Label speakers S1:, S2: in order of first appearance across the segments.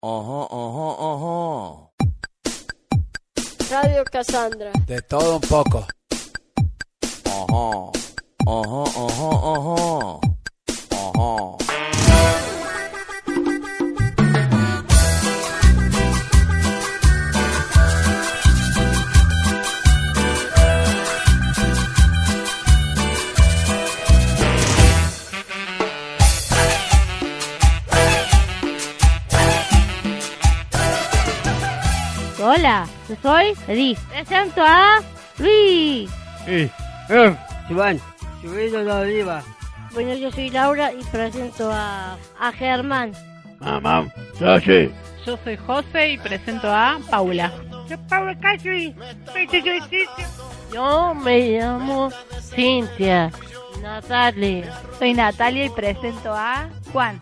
S1: Ojo, ojo, ojo.
S2: Radio Cassandra.
S3: De todo un poco.
S1: Ojo. Ojo, ojo, ojo. Ojo.
S4: Hola, yo soy Edith. Presento a Luis.
S5: Iván, subido de arriba.
S4: Bueno, yo soy Laura y presento a, a Germán.
S6: Mamá, Sashi,
S7: Yo soy José y presento a Paula.
S4: Yo me llamo Cintia. Natalie.
S7: Soy Natalia y presento a Juan.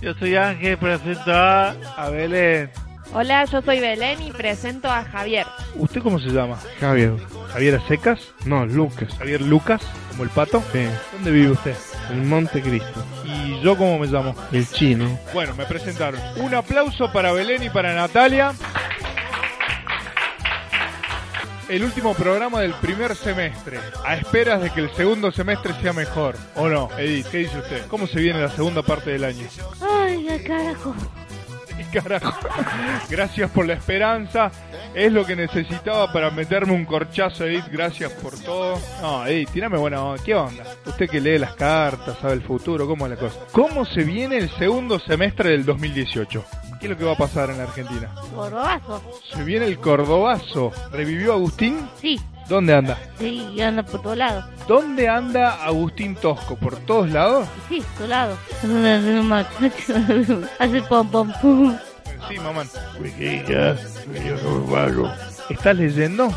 S6: yo soy Ángel, presento a, a Belén.
S7: Hola, yo soy Belén y presento a Javier.
S8: ¿Usted cómo se llama? Javier. ¿Javier Secas? No, Lucas. ¿Javier Lucas? ¿Como el pato? Sí. ¿Dónde vive usted? En Montecristo. ¿Y yo cómo me llamo? El chino. Bueno, me presentaron. Un aplauso para Belén y para Natalia. El último programa del primer semestre, a esperas de que el segundo semestre sea mejor. ¿O no? Edith, ¿qué dice usted? ¿Cómo se viene la segunda parte del año?
S4: Ay, qué carajo.
S8: Y carajo. Gracias por la esperanza. Es lo que necesitaba para meterme un corchazo, Edith. Gracias por todo. No, Edith, tirame buena onda. ¿Qué onda? Usted que lee las cartas, sabe el futuro, ¿cómo es la cosa? ¿Cómo se viene el segundo semestre del 2018? ¿Qué es lo que va a pasar en la Argentina?
S4: Gorbazo.
S8: Se viene el Cordobazo. ¿Revivió Agustín?
S4: Sí,
S8: ¿Dónde anda?
S4: sí, anda por todos lados.
S8: ¿Dónde anda Agustín Tosco? ¿Por todos lados?
S4: Sí, por todos lados. Hace pom pom pum.
S8: Sí, mamá.
S6: Wiquilla, medio urbano,
S8: ¿Estás leyendo?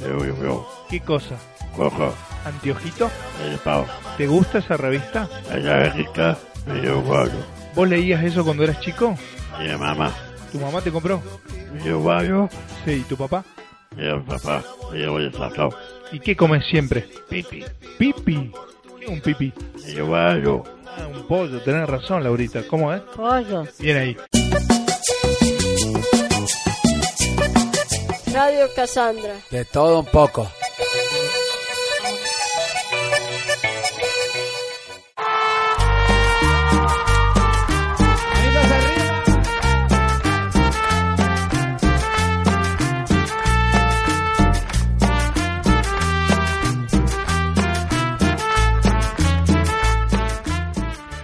S6: medio yo,
S8: ¿Qué cosa?
S6: coja,
S8: ¿Anteojito?
S6: el pavo,
S8: ¿Te gusta esa revista?
S6: la galleta, medio urbano,
S8: ¿Vos leías eso cuando eras chico?
S6: mi mamá,
S8: ¿Tu mamá te compró?
S6: medio urbano,
S8: Sí, ¿y tu papá?
S6: medio papá, medio desatado,
S8: ¿Y qué comes siempre?
S6: pipi,
S8: Pipi. ¿Qué es un pipi?
S6: medio urbano,
S8: Ah, un pollo, tenés razón, Laurita. ¿Cómo es?
S4: Pollo.
S8: Bien ahí.
S2: Radio Cassandra.
S3: De todo un poco.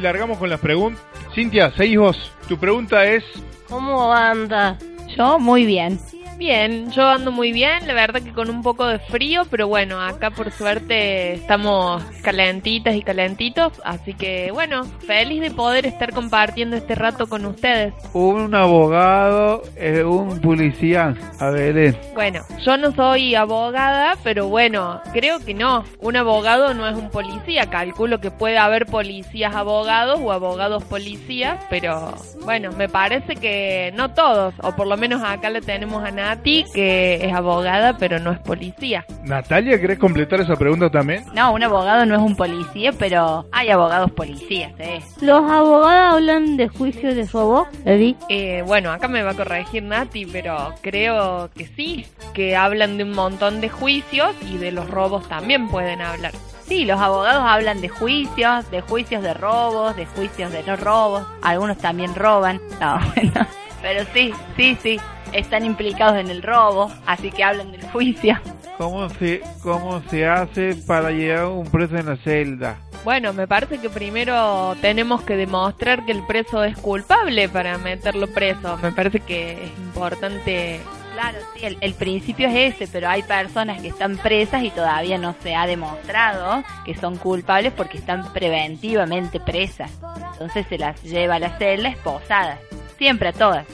S8: Largamos con las preguntas. Cintia, seguís vos. Tu pregunta es...
S4: ¿Cómo anda?
S7: Yo muy bien. Bien, yo ando muy bien, la verdad que con un poco de frío, pero bueno, acá por suerte estamos calentitas y calentitos, así que bueno, feliz de poder estar compartiendo este rato con ustedes.
S9: un abogado, eh, un policía, a eh. Belén.
S7: Bueno, yo no soy abogada, pero bueno, creo que no. Un abogado no es un policía. Calculo que puede haber policías abogados o abogados policías, pero bueno, me parece que no todos. O por lo menos acá le tenemos a Nati, que es abogada, pero no es policía.
S8: Natalia, ¿querés completar esa pregunta también?
S10: No, un abogado no es un policía, pero hay abogados policías, ¿eh?
S4: ¿Los abogados hablan de juicio de favor? Edith.
S7: Eh, bueno, acá me va a corregir Nati, pero creo que sí, que hablan de un montón de juicios y de los robos también pueden hablar.
S10: Sí, los abogados hablan de juicios, de juicios de robos, de juicios de no robos. Algunos también roban. No, bueno. Pero sí, sí, sí. Están implicados en el robo, así que hablan del juicio.
S9: ¿Cómo se, ¿Cómo se hace para llevar un preso en la celda?
S7: Bueno, me parece que primero tenemos que demostrar que el preso es culpable para meterlo preso. Me parece que es importante.
S10: Claro, sí, el, el principio es ese, pero hay personas que están presas y todavía no se ha demostrado que son culpables porque están preventivamente presas. Entonces se las lleva a la celda esposadas, siempre a todas.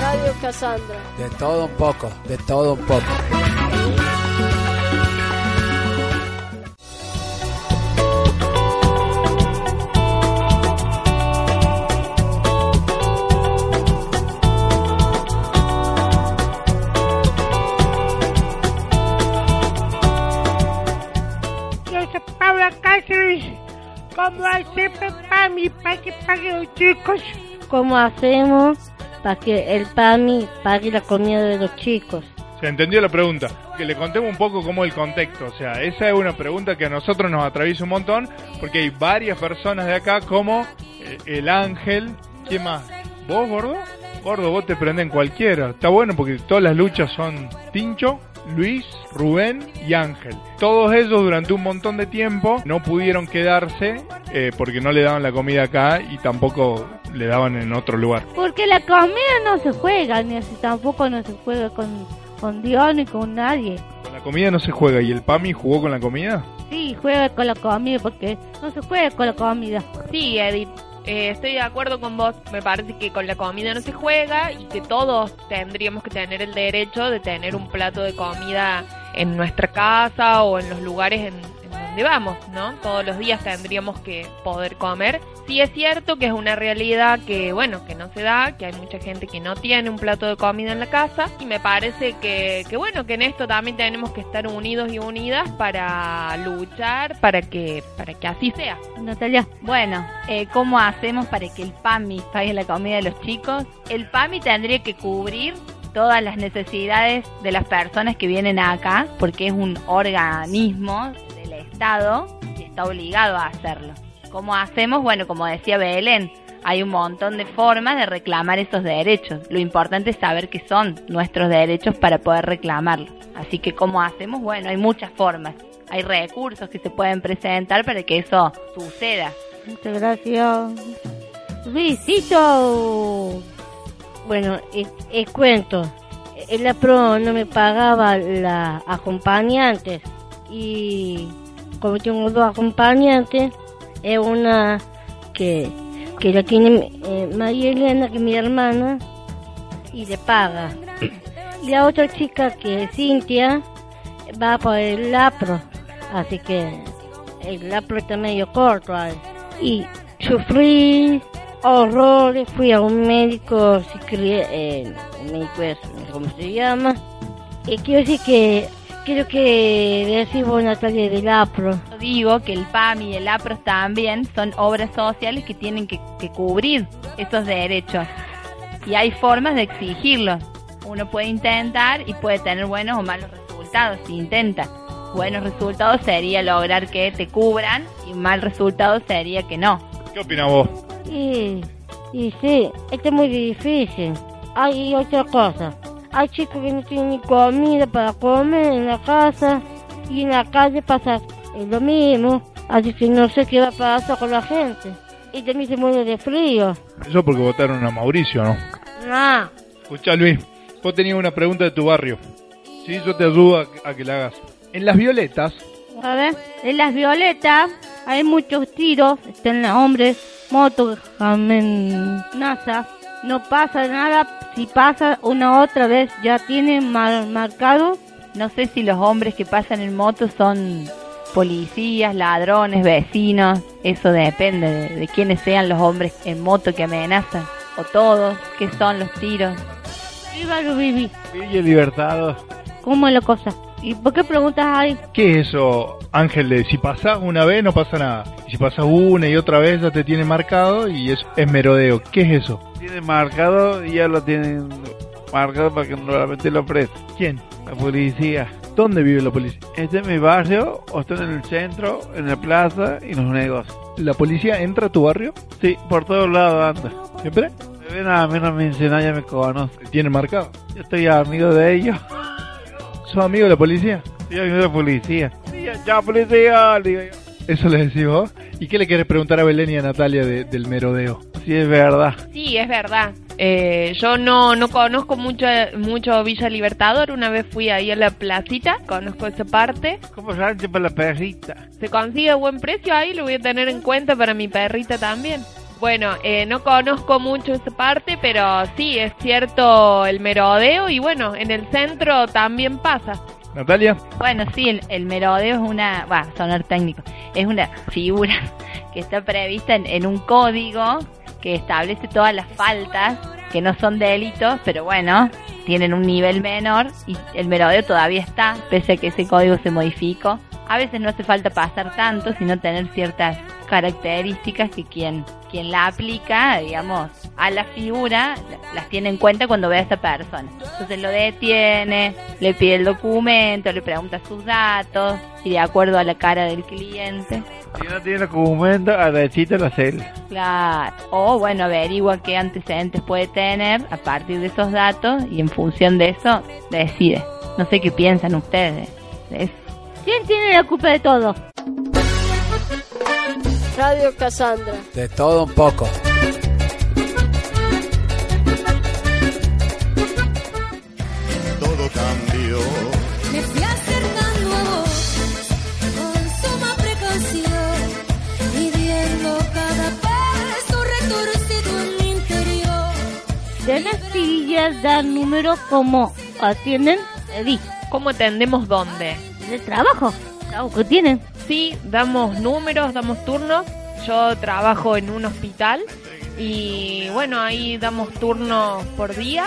S2: Radio Cassandra.
S3: De todo un poco. De todo un poco.
S11: Yo soy Paula Cáceres, como siempre PAMI para que pague los chicos.
S4: ¿Cómo hacemos para que el PAMI pague la comida de los chicos?
S8: Se entendió la pregunta. Que le contemos un poco cómo el contexto. O sea, esa es una pregunta que a nosotros nos atraviesa un montón porque hay varias personas de acá como eh, el ángel. ¿Quién más? ¿Vos, gordo? Gordo, vos te prenden cualquiera. Está bueno porque todas las luchas son Tincho, Luis, Rubén y Ángel. Todos ellos durante un montón de tiempo no pudieron quedarse eh, porque no le daban la comida acá y tampoco le daban en otro lugar.
S4: Porque la comida no se juega, ni así tampoco no se juega con, con Dios ni con nadie.
S8: La comida no se juega y el PAMI jugó con la comida.
S4: Sí, juega con la comida porque no se juega con la comida.
S7: Sí, Edith. eh, estoy de acuerdo con vos. Me parece que con la comida no se juega y que todos tendríamos que tener el derecho de tener un plato de comida en nuestra casa o en los lugares en, en donde vamos, ¿no? Todos los días tendríamos que poder comer. Sí es cierto que es una realidad que, bueno, que no se da, que hay mucha gente que no tiene un plato de comida en la casa y me parece que, que bueno, que en esto también tenemos que estar unidos y unidas para luchar, para que, para que así sea.
S10: Natalia. Bueno, eh, ¿cómo hacemos para que el PAMI pague la comida de los chicos? El PAMI tendría que cubrir todas las necesidades de las personas que vienen acá, porque es un organismo del Estado y está obligado a hacerlo. ¿Cómo hacemos? Bueno, como decía Belén, hay un montón de formas de reclamar esos derechos. Lo importante es saber qué son nuestros derechos para poder reclamarlos. Así que, ¿cómo hacemos? Bueno, hay muchas formas. Hay recursos que se pueden presentar para que eso suceda.
S4: Muchas gracias. Luisito. Bueno, eh, eh, cuento. Eh, La pro no me pagaba las acompañantes. Y como tengo dos acompañantes, es una que, que la tiene eh, María Elena, que es mi hermana, y le paga. Y la otra chica, que es Cintia, va por el lapro. Así que el lapro está medio corto. ahí. Y sufrí horrores, fui a un médico, psiquiatra- eh, un médico es, no sé cómo se llama. Y quiero decir que, creo que decís vos, Natalia, del lapro.
S10: Yo digo que el PAMI y el APROS también son obras sociales que tienen que, que cubrir esos derechos. Y hay formas de exigirlos. Uno puede intentar y puede tener buenos o malos resultados si intenta. Buenos resultados sería lograr que te cubran y mal resultado sería que no.
S8: ¿Qué opina vos?
S4: Y, y sí, esto es muy difícil. Hay otra cosa. Hay chicos que no tienen ni comida para comer en la casa y en la calle pasa lo mismo. Así que no sé qué va a pasar con la gente. Y también se muere de frío.
S8: Eso porque votaron a Mauricio, ¿no?
S4: No.
S8: Escucha, Luis, vos tenías una pregunta de tu barrio. Sí, yo te ayudo a, a que la hagas. En las violetas,
S4: A ver, en las violetas hay muchos tiros, están los hombres, motos, amenaza. No pasa nada, si pasa una otra vez ya tienen mar- marcado.
S10: No sé si los hombres que pasan en moto son policías, ladrones, vecinos. Eso depende de, de quiénes sean los hombres en moto que amenazan. O todos, que son los tiros.
S4: Viva lo viví.
S8: Villa Libertad.
S4: ¿Cómo es la cosa? ¿Y por qué preguntas ahí?
S8: ¿Qué es eso, Ángel? de Si pasás una vez no pasa nada. Y Si pasás una y otra vez ya te tiene marcado y es, es merodeo. ¿Qué es eso?
S9: Tiene marcado y ya lo tienen marcado para que normalmente lo preste.
S8: ¿Quién?
S9: La policía.
S8: ¿Dónde vive la policía?
S9: Este es mi barrio, o está en el centro, en la plaza y en los negocios.
S8: ¿La policía entra a tu barrio?
S9: Sí, por todos lados anda.
S8: ¿Siempre?
S9: Me ven a menos mencionar, ya me conoce.
S8: ¿Tiene marcado?
S9: Yo estoy amigo de ellos.
S8: ¿Sos amigo de la policía?
S9: Soy amigo de la policía. Ya, ya, policía, le digo yo.
S8: Eso les decís vos. ¿Y qué le querés preguntar a Belén y a Natalia de- del merodeo?
S9: Sí, es verdad.
S7: Sí, es verdad. Eh, yo no, no conozco mucho, mucho Villa Libertador. Una vez fui ahí a la placita, conozco esa parte.
S9: ¿Cómo Sánchez para la perrita?
S7: Se consigue buen precio ahí, lo voy a tener en cuenta para mi perrita también. Bueno, eh, no conozco mucho esa parte, pero sí, es cierto el merodeo y bueno, en el centro también pasa.
S8: Natalia,
S10: Bueno, sí, el, el merodeo es una, va, sonar técnico, es una figura que está prevista en, en un código que establece todas las faltas que no son delitos, pero bueno, tienen un nivel menor y el merodeo todavía está, pese a que ese código se modificó. A veces no hace falta pasar tanto, sino tener ciertas características que quien, quien la aplica, digamos, a la figura, la- las tiene en cuenta cuando ve a esta persona. Entonces lo detiene, le pide el documento, le pregunta sus datos y de acuerdo a la cara del cliente.
S9: Si no tiene documento, a la cita la cel.
S10: Claro. O bueno, averigua qué antecedentes puede tener a partir de esos datos y en función de eso decide. No sé qué piensan ustedes. Es
S4: ¿Quién tiene la culpa de todo?
S2: Radio Casandra.
S3: De todo un poco.
S12: Todo cambió.
S13: Me fui acercando a vos con suma precaución y viendo cada paso retorcido en mi interior.
S4: De las sillas dan número como atienden, Edith.
S7: ¿Cómo atendemos dónde?
S4: De trabajo. Trabajo que tienen.
S7: Sí, damos números, damos turnos. Yo trabajo en un hospital y bueno, ahí damos turnos por día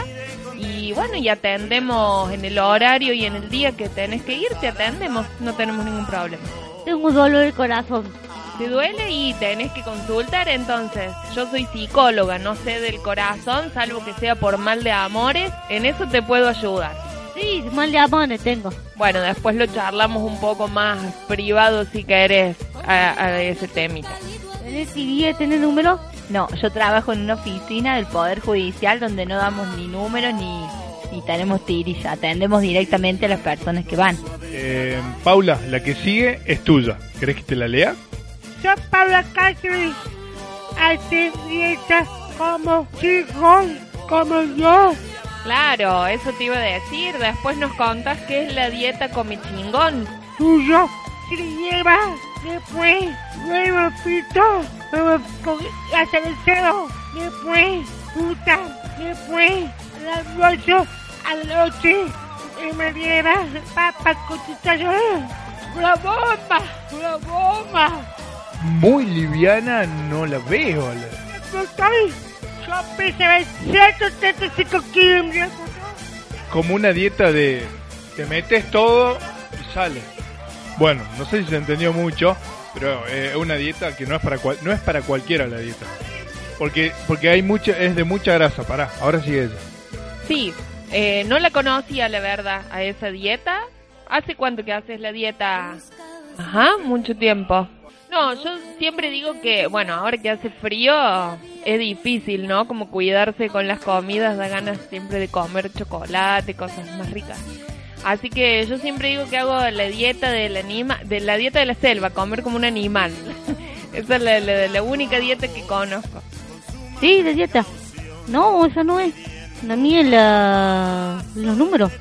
S7: y bueno, y atendemos en el horario y en el día que tenés que ir, te atendemos, no tenemos ningún problema.
S4: Tengo dolor de corazón.
S7: Te duele y tenés que consultar, entonces yo soy psicóloga, no sé del corazón, salvo que sea por mal de amores, en eso te puedo ayudar.
S4: Sí, mal de amores tengo.
S7: Bueno, después lo charlamos un poco más privado si querés a, a ese temita.
S10: ¿Decidí tener número? No, yo trabajo en una oficina del Poder Judicial donde no damos ni números ni, ni tenemos tiris, atendemos directamente a las personas que van.
S8: Eh, Paula, la que sigue es tuya. ¿Querés que te la lea?
S11: Soy Paula Cáceres, artista como chicos, como yo.
S7: Claro, eso te iba a decir. Después nos contás qué es la dieta come chingón.
S11: Tuyo, que le lleva después, luego pito, luego con- hasta el cero, después, puta, después, al almuerzo, a la noche, y me lleva papas con chicharrón. ¡Una bomba! ¡Una bomba!
S8: Muy liviana no la veo. la-
S11: estoy. Yo pesaba 135 kilos, mi loco.
S8: Como una dieta de te metes todo y sale. Bueno, no sé si se entendió mucho, pero eh, es una dieta que no es para cual- no es para cualquiera la dieta. Porque porque hay mucha es de mucha grasa, pará. Ahora sigue ella.
S7: Sí, eh, no la conocía la verdad a esa dieta. ¿Hace cuánto que haces la dieta? Ajá, mucho tiempo. No, yo siempre digo que, bueno, ahora que hace frío es difícil, ¿no? Como cuidarse con las comidas, da ganas siempre de comer chocolate, cosas más ricas. Así que yo siempre digo que hago la dieta del anima, de la dieta de la selva, comer como un animal. Esa es la, la- la única dieta que conozco.
S4: Sí, de dieta. No, esa no es. La mía es la... los números.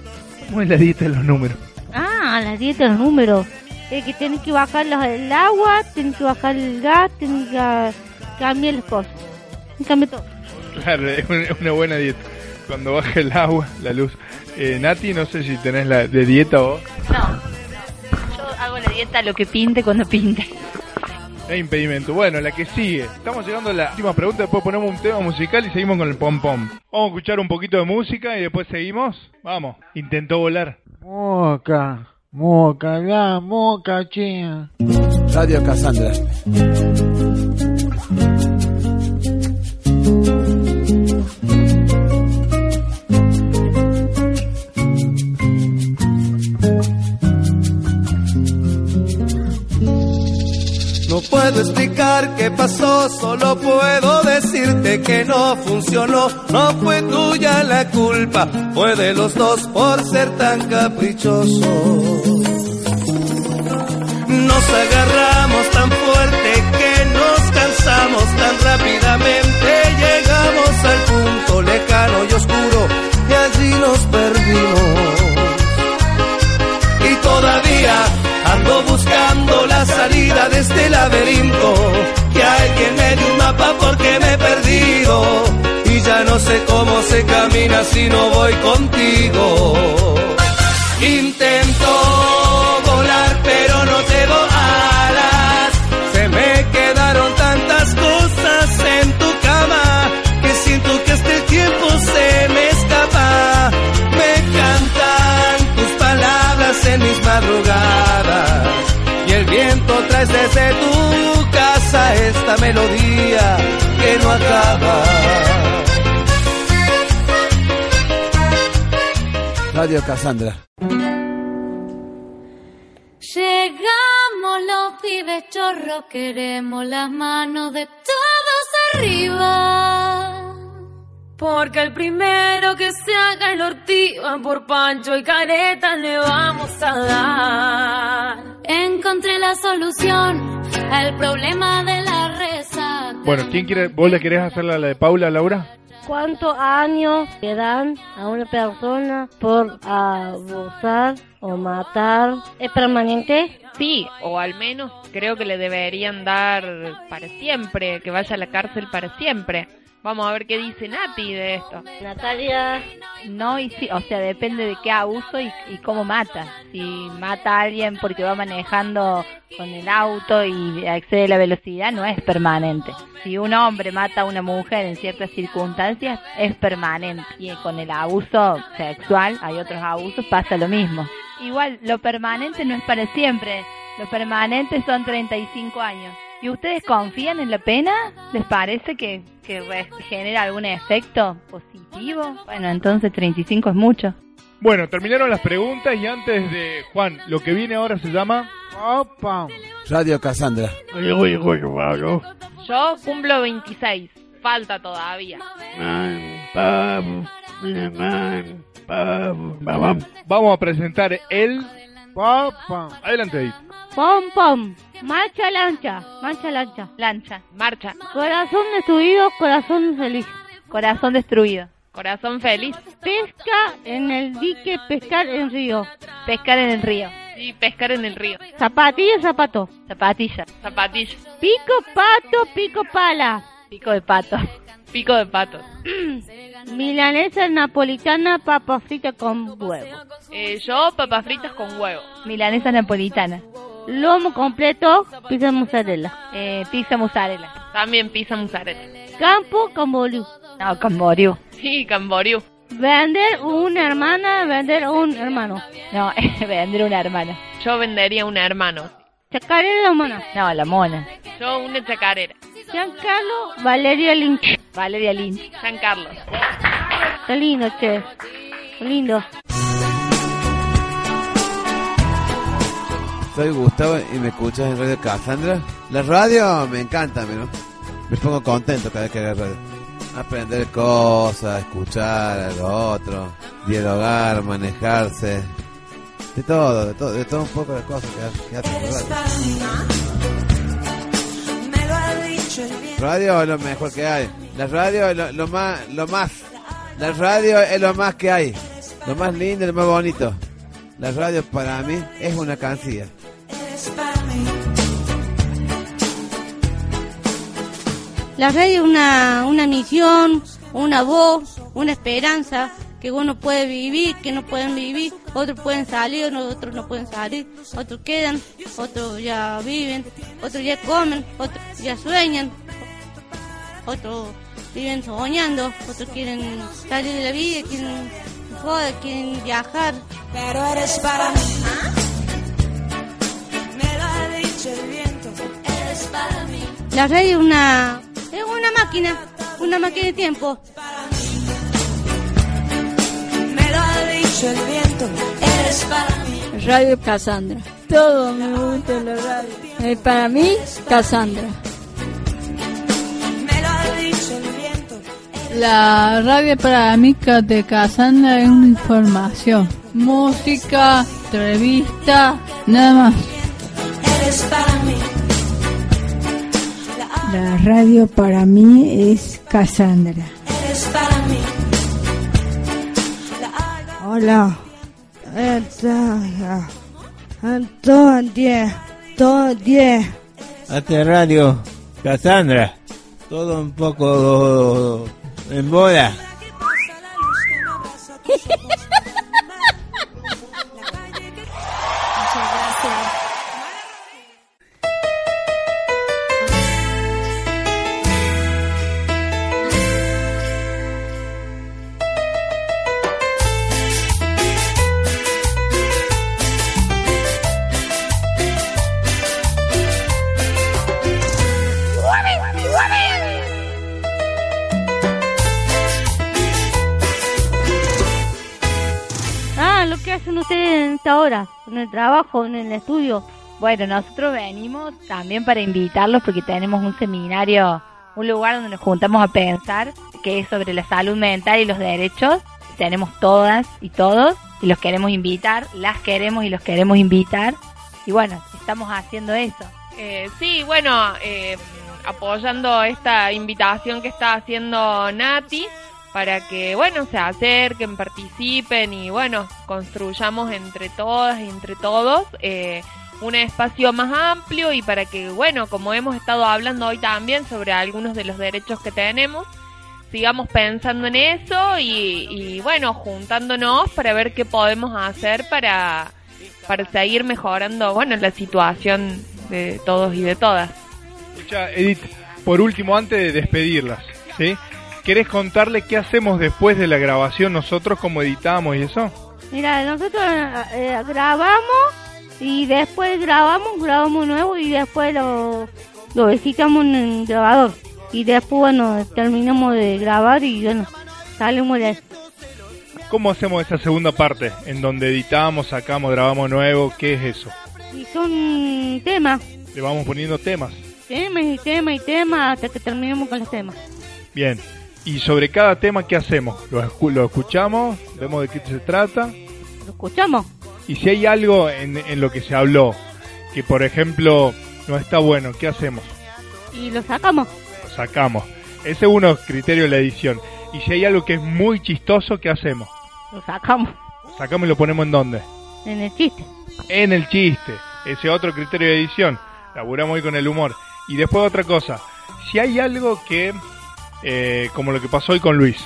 S8: ¿Cómo es la dieta de los números?
S4: Ah, la dieta de los números. Es que tenés que bajar los- el agua, tenés que bajar el gas, tenés que ah, cambiar las cosas. Cambia todo.
S8: Claro, es una- es una buena dieta. Cuando baja el agua, la luz. Eh, Nati, no sé si tenés la de dieta o
S10: Yo hago la dieta lo que pinte cuando pinte.
S8: hay impedimento. Bueno, la que sigue. Estamos llegando a la última pregunta, después ponemos un tema musical y seguimos con el pom pom. Vamos a escuchar un poquito de música y después seguimos. Vamos. Intentó volar.
S9: Moca, moca, la moca china.
S3: Radio Casandra.
S14: No puedo explicar qué pasó, solo puedo decirte que no funcionó. No fue tuya la culpa, fue de los dos por ser tan caprichoso. Nos agarramos tan fuerte que nos cansamos tan rápidamente. Llegamos al punto lejano y oscuro y allí nos perdimos. Y todavía ando buscando la salida de este laberinto. Que alguien me dé un mapa porque me he perdido. Y ya no sé cómo se camina si no voy contigo. Intento volar pero no tengo alas. Se me quedaron tantas cosas en tu cama que siento que este tiempo se me escapa. Me cantan tus palabras en mis madrugadas y el viento traes desde tu casa
S15: la melodía que no acaba.
S14: Radio Casandra.
S16: Llegamos los pibes chorros, queremos las manos de todos arriba. Porque el primero que se haga el ortiva por Pancho y Careta le vamos a dar. Encontré la solución al problema de la resaca.
S8: Bueno, ¿quién quiere? ¿Vos le querés hacer la la de Paula, Laura?
S17: ¿Cuántos años le dan a una persona por abusar o matar? ¿Es permanente?
S7: Sí, o al menos creo que le deberían dar para siempre, que vaya a la cárcel para siempre. Vamos a ver qué dice Nati de esto.
S17: Natalia.
S10: No, y sí, o sea, depende de qué abuso y, y cómo mata. Si mata a alguien porque va manejando con el auto y excede la velocidad, no es permanente. Si un hombre mata a una mujer en ciertas circunstancias, es permanente. Y con el abuso sexual, hay otros abusos, pasa lo mismo. Igual, lo permanente no es para siempre. Lo permanente son 35 años. ¿Y ustedes confían en la pena? ¿Les parece que, que re- genera algún efecto positivo? Bueno, entonces 35 es mucho.
S8: Bueno, terminaron las preguntas y antes de Juan, lo que viene ahora se llama
S6: Opa.
S14: Radio Casandra.
S6: Oye, oye, oye, Pablo.
S7: Yo cumplo 26, falta todavía.
S6: Man, Pablo. Mira, man, Pablo.
S8: Vamos. Vamos a presentar el Papa. Adelante Edith.
S4: Pom pom, marcha lancha, marcha lancha,
S7: lancha, marcha,
S4: corazón destruido, corazón feliz,
S10: corazón destruido,
S7: corazón feliz,
S4: pesca en el dique, pescar en río,
S10: pescar en el río,
S7: Sí, pescar en el río,
S4: zapatilla, zapato,
S10: zapatilla,
S7: zapatilla,
S4: pico pato, pico pala,
S10: pico de pato,
S7: pico de pato.
S4: milanesa napolitana, papa frita con huevo,
S7: Eh, yo papas fritas con huevo,
S10: milanesa napolitana,
S4: lomo completo, pizza mozzarella,
S10: eh, pizza mozzarella,
S7: también pizza mozzarella.
S4: campo con bolú,
S10: no, con moriu,
S7: Sí, camboriú.
S4: vender una hermana, vender un hermano,
S10: no, vender una hermana,
S7: Yo vendería un hermano.
S4: chacarera la mona,
S10: no, la mona,
S7: Yo una chacarera.
S4: Giancarlo, Valeria Lynch,
S10: Valeria Lynch,
S7: San Carlos.
S4: qué lindo che, qué lindo.
S14: Soy Gustavo y me escuchas en Radio Casandra. La radio me encanta, ¿no? Me pongo contento cada vez que la radio. Aprender cosas, escuchar a los otros, dialogar, manejarse. De todo, de todo, de todo un poco de cosas que, que hace la radio. Radio es lo mejor que hay. La radio es lo, lo más, lo más. La radio es lo más que hay. Lo más lindo, lo más bonito. La radio para mí es una cancilla.
S4: La radio es una, una misión, una voz, una esperanza que uno puede vivir, que no pueden vivir, otros pueden salir, otros no pueden salir, otros quedan, otros ya viven, otros ya comen, otros ya sueñan, otros viven soñando, otros quieren salir de la vida, quieren joder, quieren viajar. Pero eres para mí. La radio es una, es una máquina, una máquina de tiempo.
S2: Radio Cassandra. Todo me gusta en la radio. Eh, para mí, Cassandra.
S18: La radio para mí ca- de Casandra es una información. Música, entrevista, nada más.
S19: La radio para mí es Cassandra. Hola. Esta- Todo el día. Todo el día.
S20: Hace radio, Cassandra. Todo un poco en boda.
S4: qué Ah, hacen ustedes en esta hora? ¿En el trabajo? ¿En el estudio?
S10: Bueno, nosotros venimos también para invitarlos porque tenemos un seminario, un lugar donde nos juntamos a pensar que es sobre la salud mental y los derechos. Tenemos todas y todos y los queremos invitar, las queremos y los queremos invitar. Y bueno, estamos haciendo eso.
S7: Eh, sí, bueno, eh, apoyando esta invitación que está haciendo Nati para que, bueno, se acerquen, participen y, bueno, construyamos entre todas y entre todos eh, un espacio más amplio y para que, bueno, como hemos estado hablando hoy también sobre algunos de los derechos que tenemos, sigamos pensando en eso y, y bueno, juntándonos para ver qué podemos hacer para, para seguir mejorando, bueno, la situación de todos y de todas.
S8: Escucha, Edith, por último, antes de despedirlas, ¿sí? ¿Querés contarle qué hacemos después de la grabación nosotros, cómo editamos y eso?
S4: Mira, nosotros eh, grabamos y después grabamos, grabamos nuevo y después lo, lo visitamos en el grabador. Y después, bueno, terminamos de grabar y bueno, salimos de
S8: ¿Cómo hacemos esa segunda parte? En donde editamos, sacamos, grabamos nuevo, ¿qué es eso?
S4: Y son temas,
S8: Le vamos poniendo temas.
S4: temas y temas y temas hasta que terminemos con los temas.
S8: Bien. Y sobre cada tema, ¿qué hacemos? Lo, escu- lo escuchamos, vemos de qué se trata.
S4: ¿Lo escuchamos?
S8: Y si hay algo en, en lo que se habló, que por ejemplo no está bueno, ¿qué hacemos?
S4: Y lo sacamos.
S8: Lo sacamos. Ese es uno criterio de la edición. Y si hay algo que es muy chistoso, ¿qué hacemos?
S4: Lo sacamos.
S8: Lo sacamos y lo ponemos en dónde?
S4: En el chiste.
S8: En el chiste. Ese otro criterio de edición. Laburamos hoy con el humor. Y después otra cosa. Si hay algo que, eh, como lo que pasó hoy con Luis,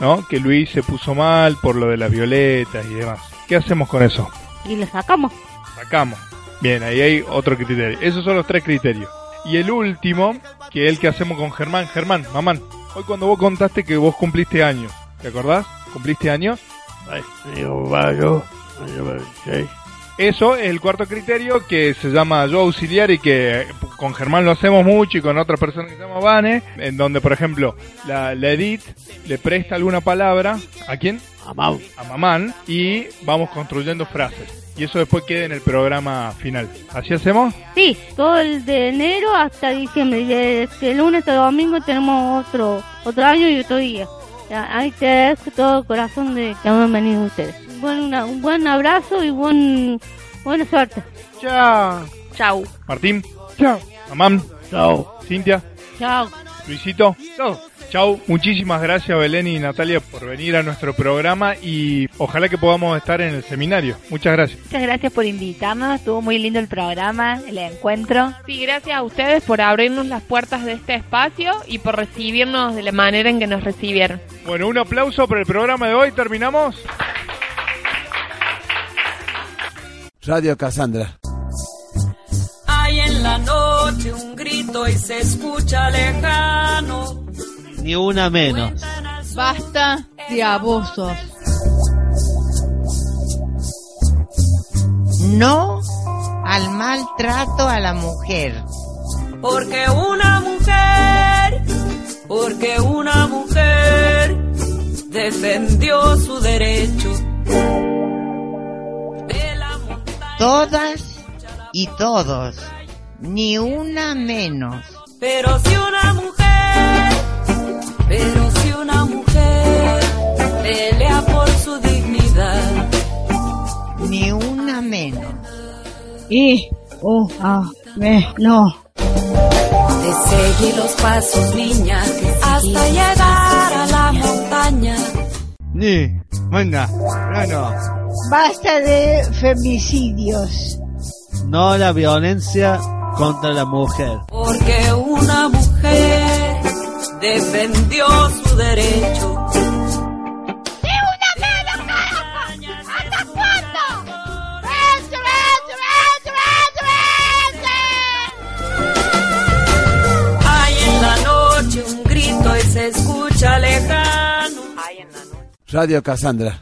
S8: ¿no? Que Luis se puso mal por lo de las violetas y demás. ¿Qué hacemos con eso?
S4: Y lo sacamos.
S8: Sacamos. Bien, ahí hay otro criterio. Esos son los tres criterios. Y el último, que es el que hacemos con Germán. Germán, mamán, hoy cuando vos contaste que vos cumpliste años, ¿te acordás? ¿Cumpliste años?
S6: Digo, vaya, vaya, sí.
S8: Eso es el cuarto criterio que se llama yo auxiliar y que con Germán lo hacemos mucho y con otra persona que se llama Vane, en donde, por ejemplo, la, la Edith le presta alguna palabra a quién? A Mamán. y vamos construyendo frases. Y eso después queda en el programa final. ¿Así hacemos?
S4: Sí, todo el de enero hasta diciembre. Y desde lunes hasta domingo tenemos otro otro año y otro día. Ya, Ahí te agradezco todo el corazón de que han venido ustedes. Bueno, una- un buen abrazo y buen buena suerte.
S8: Chao.
S7: Chao.
S8: Martín. Chao. Mamán. Chao. Cintia.
S4: Chao.
S8: Luisito. Chao. Chau, muchísimas gracias Belén y Natalia por venir a nuestro programa y ojalá que podamos estar en el seminario. Muchas gracias.
S10: Muchas gracias por invitarnos, estuvo muy lindo el programa, el encuentro.
S7: Sí, gracias a ustedes por abrirnos las puertas de este espacio y por recibirnos de la manera en que nos recibieron.
S8: Bueno, un aplauso por el programa de hoy. Terminamos.
S21: Radio Cassandra.
S16: Hay en la noche un grito y se escucha lejano.
S14: Ni una menos.
S22: Basta de abusos.
S23: No al maltrato a la mujer.
S16: Porque una mujer, porque una mujer defendió su derecho.
S23: Todas y todos. Ni una menos.
S16: Pero si una mujer, pero si una mujer pelea por su dignidad.
S23: Ni una menos.
S24: I, U, A, B, no.
S16: Te seguí los pasos, niña, hasta llegar a la montaña.
S14: Ni, manda, no,
S24: Basta de femicidios.
S14: no la violencia contra la mujer.
S16: Porque una mujer defendió su derecho.
S25: ¿Hasta cuándo? ¡Eso, eso, eso, eso,
S16: Hay en la noche un grito y se escucha lejano.
S21: Radio Cassandra.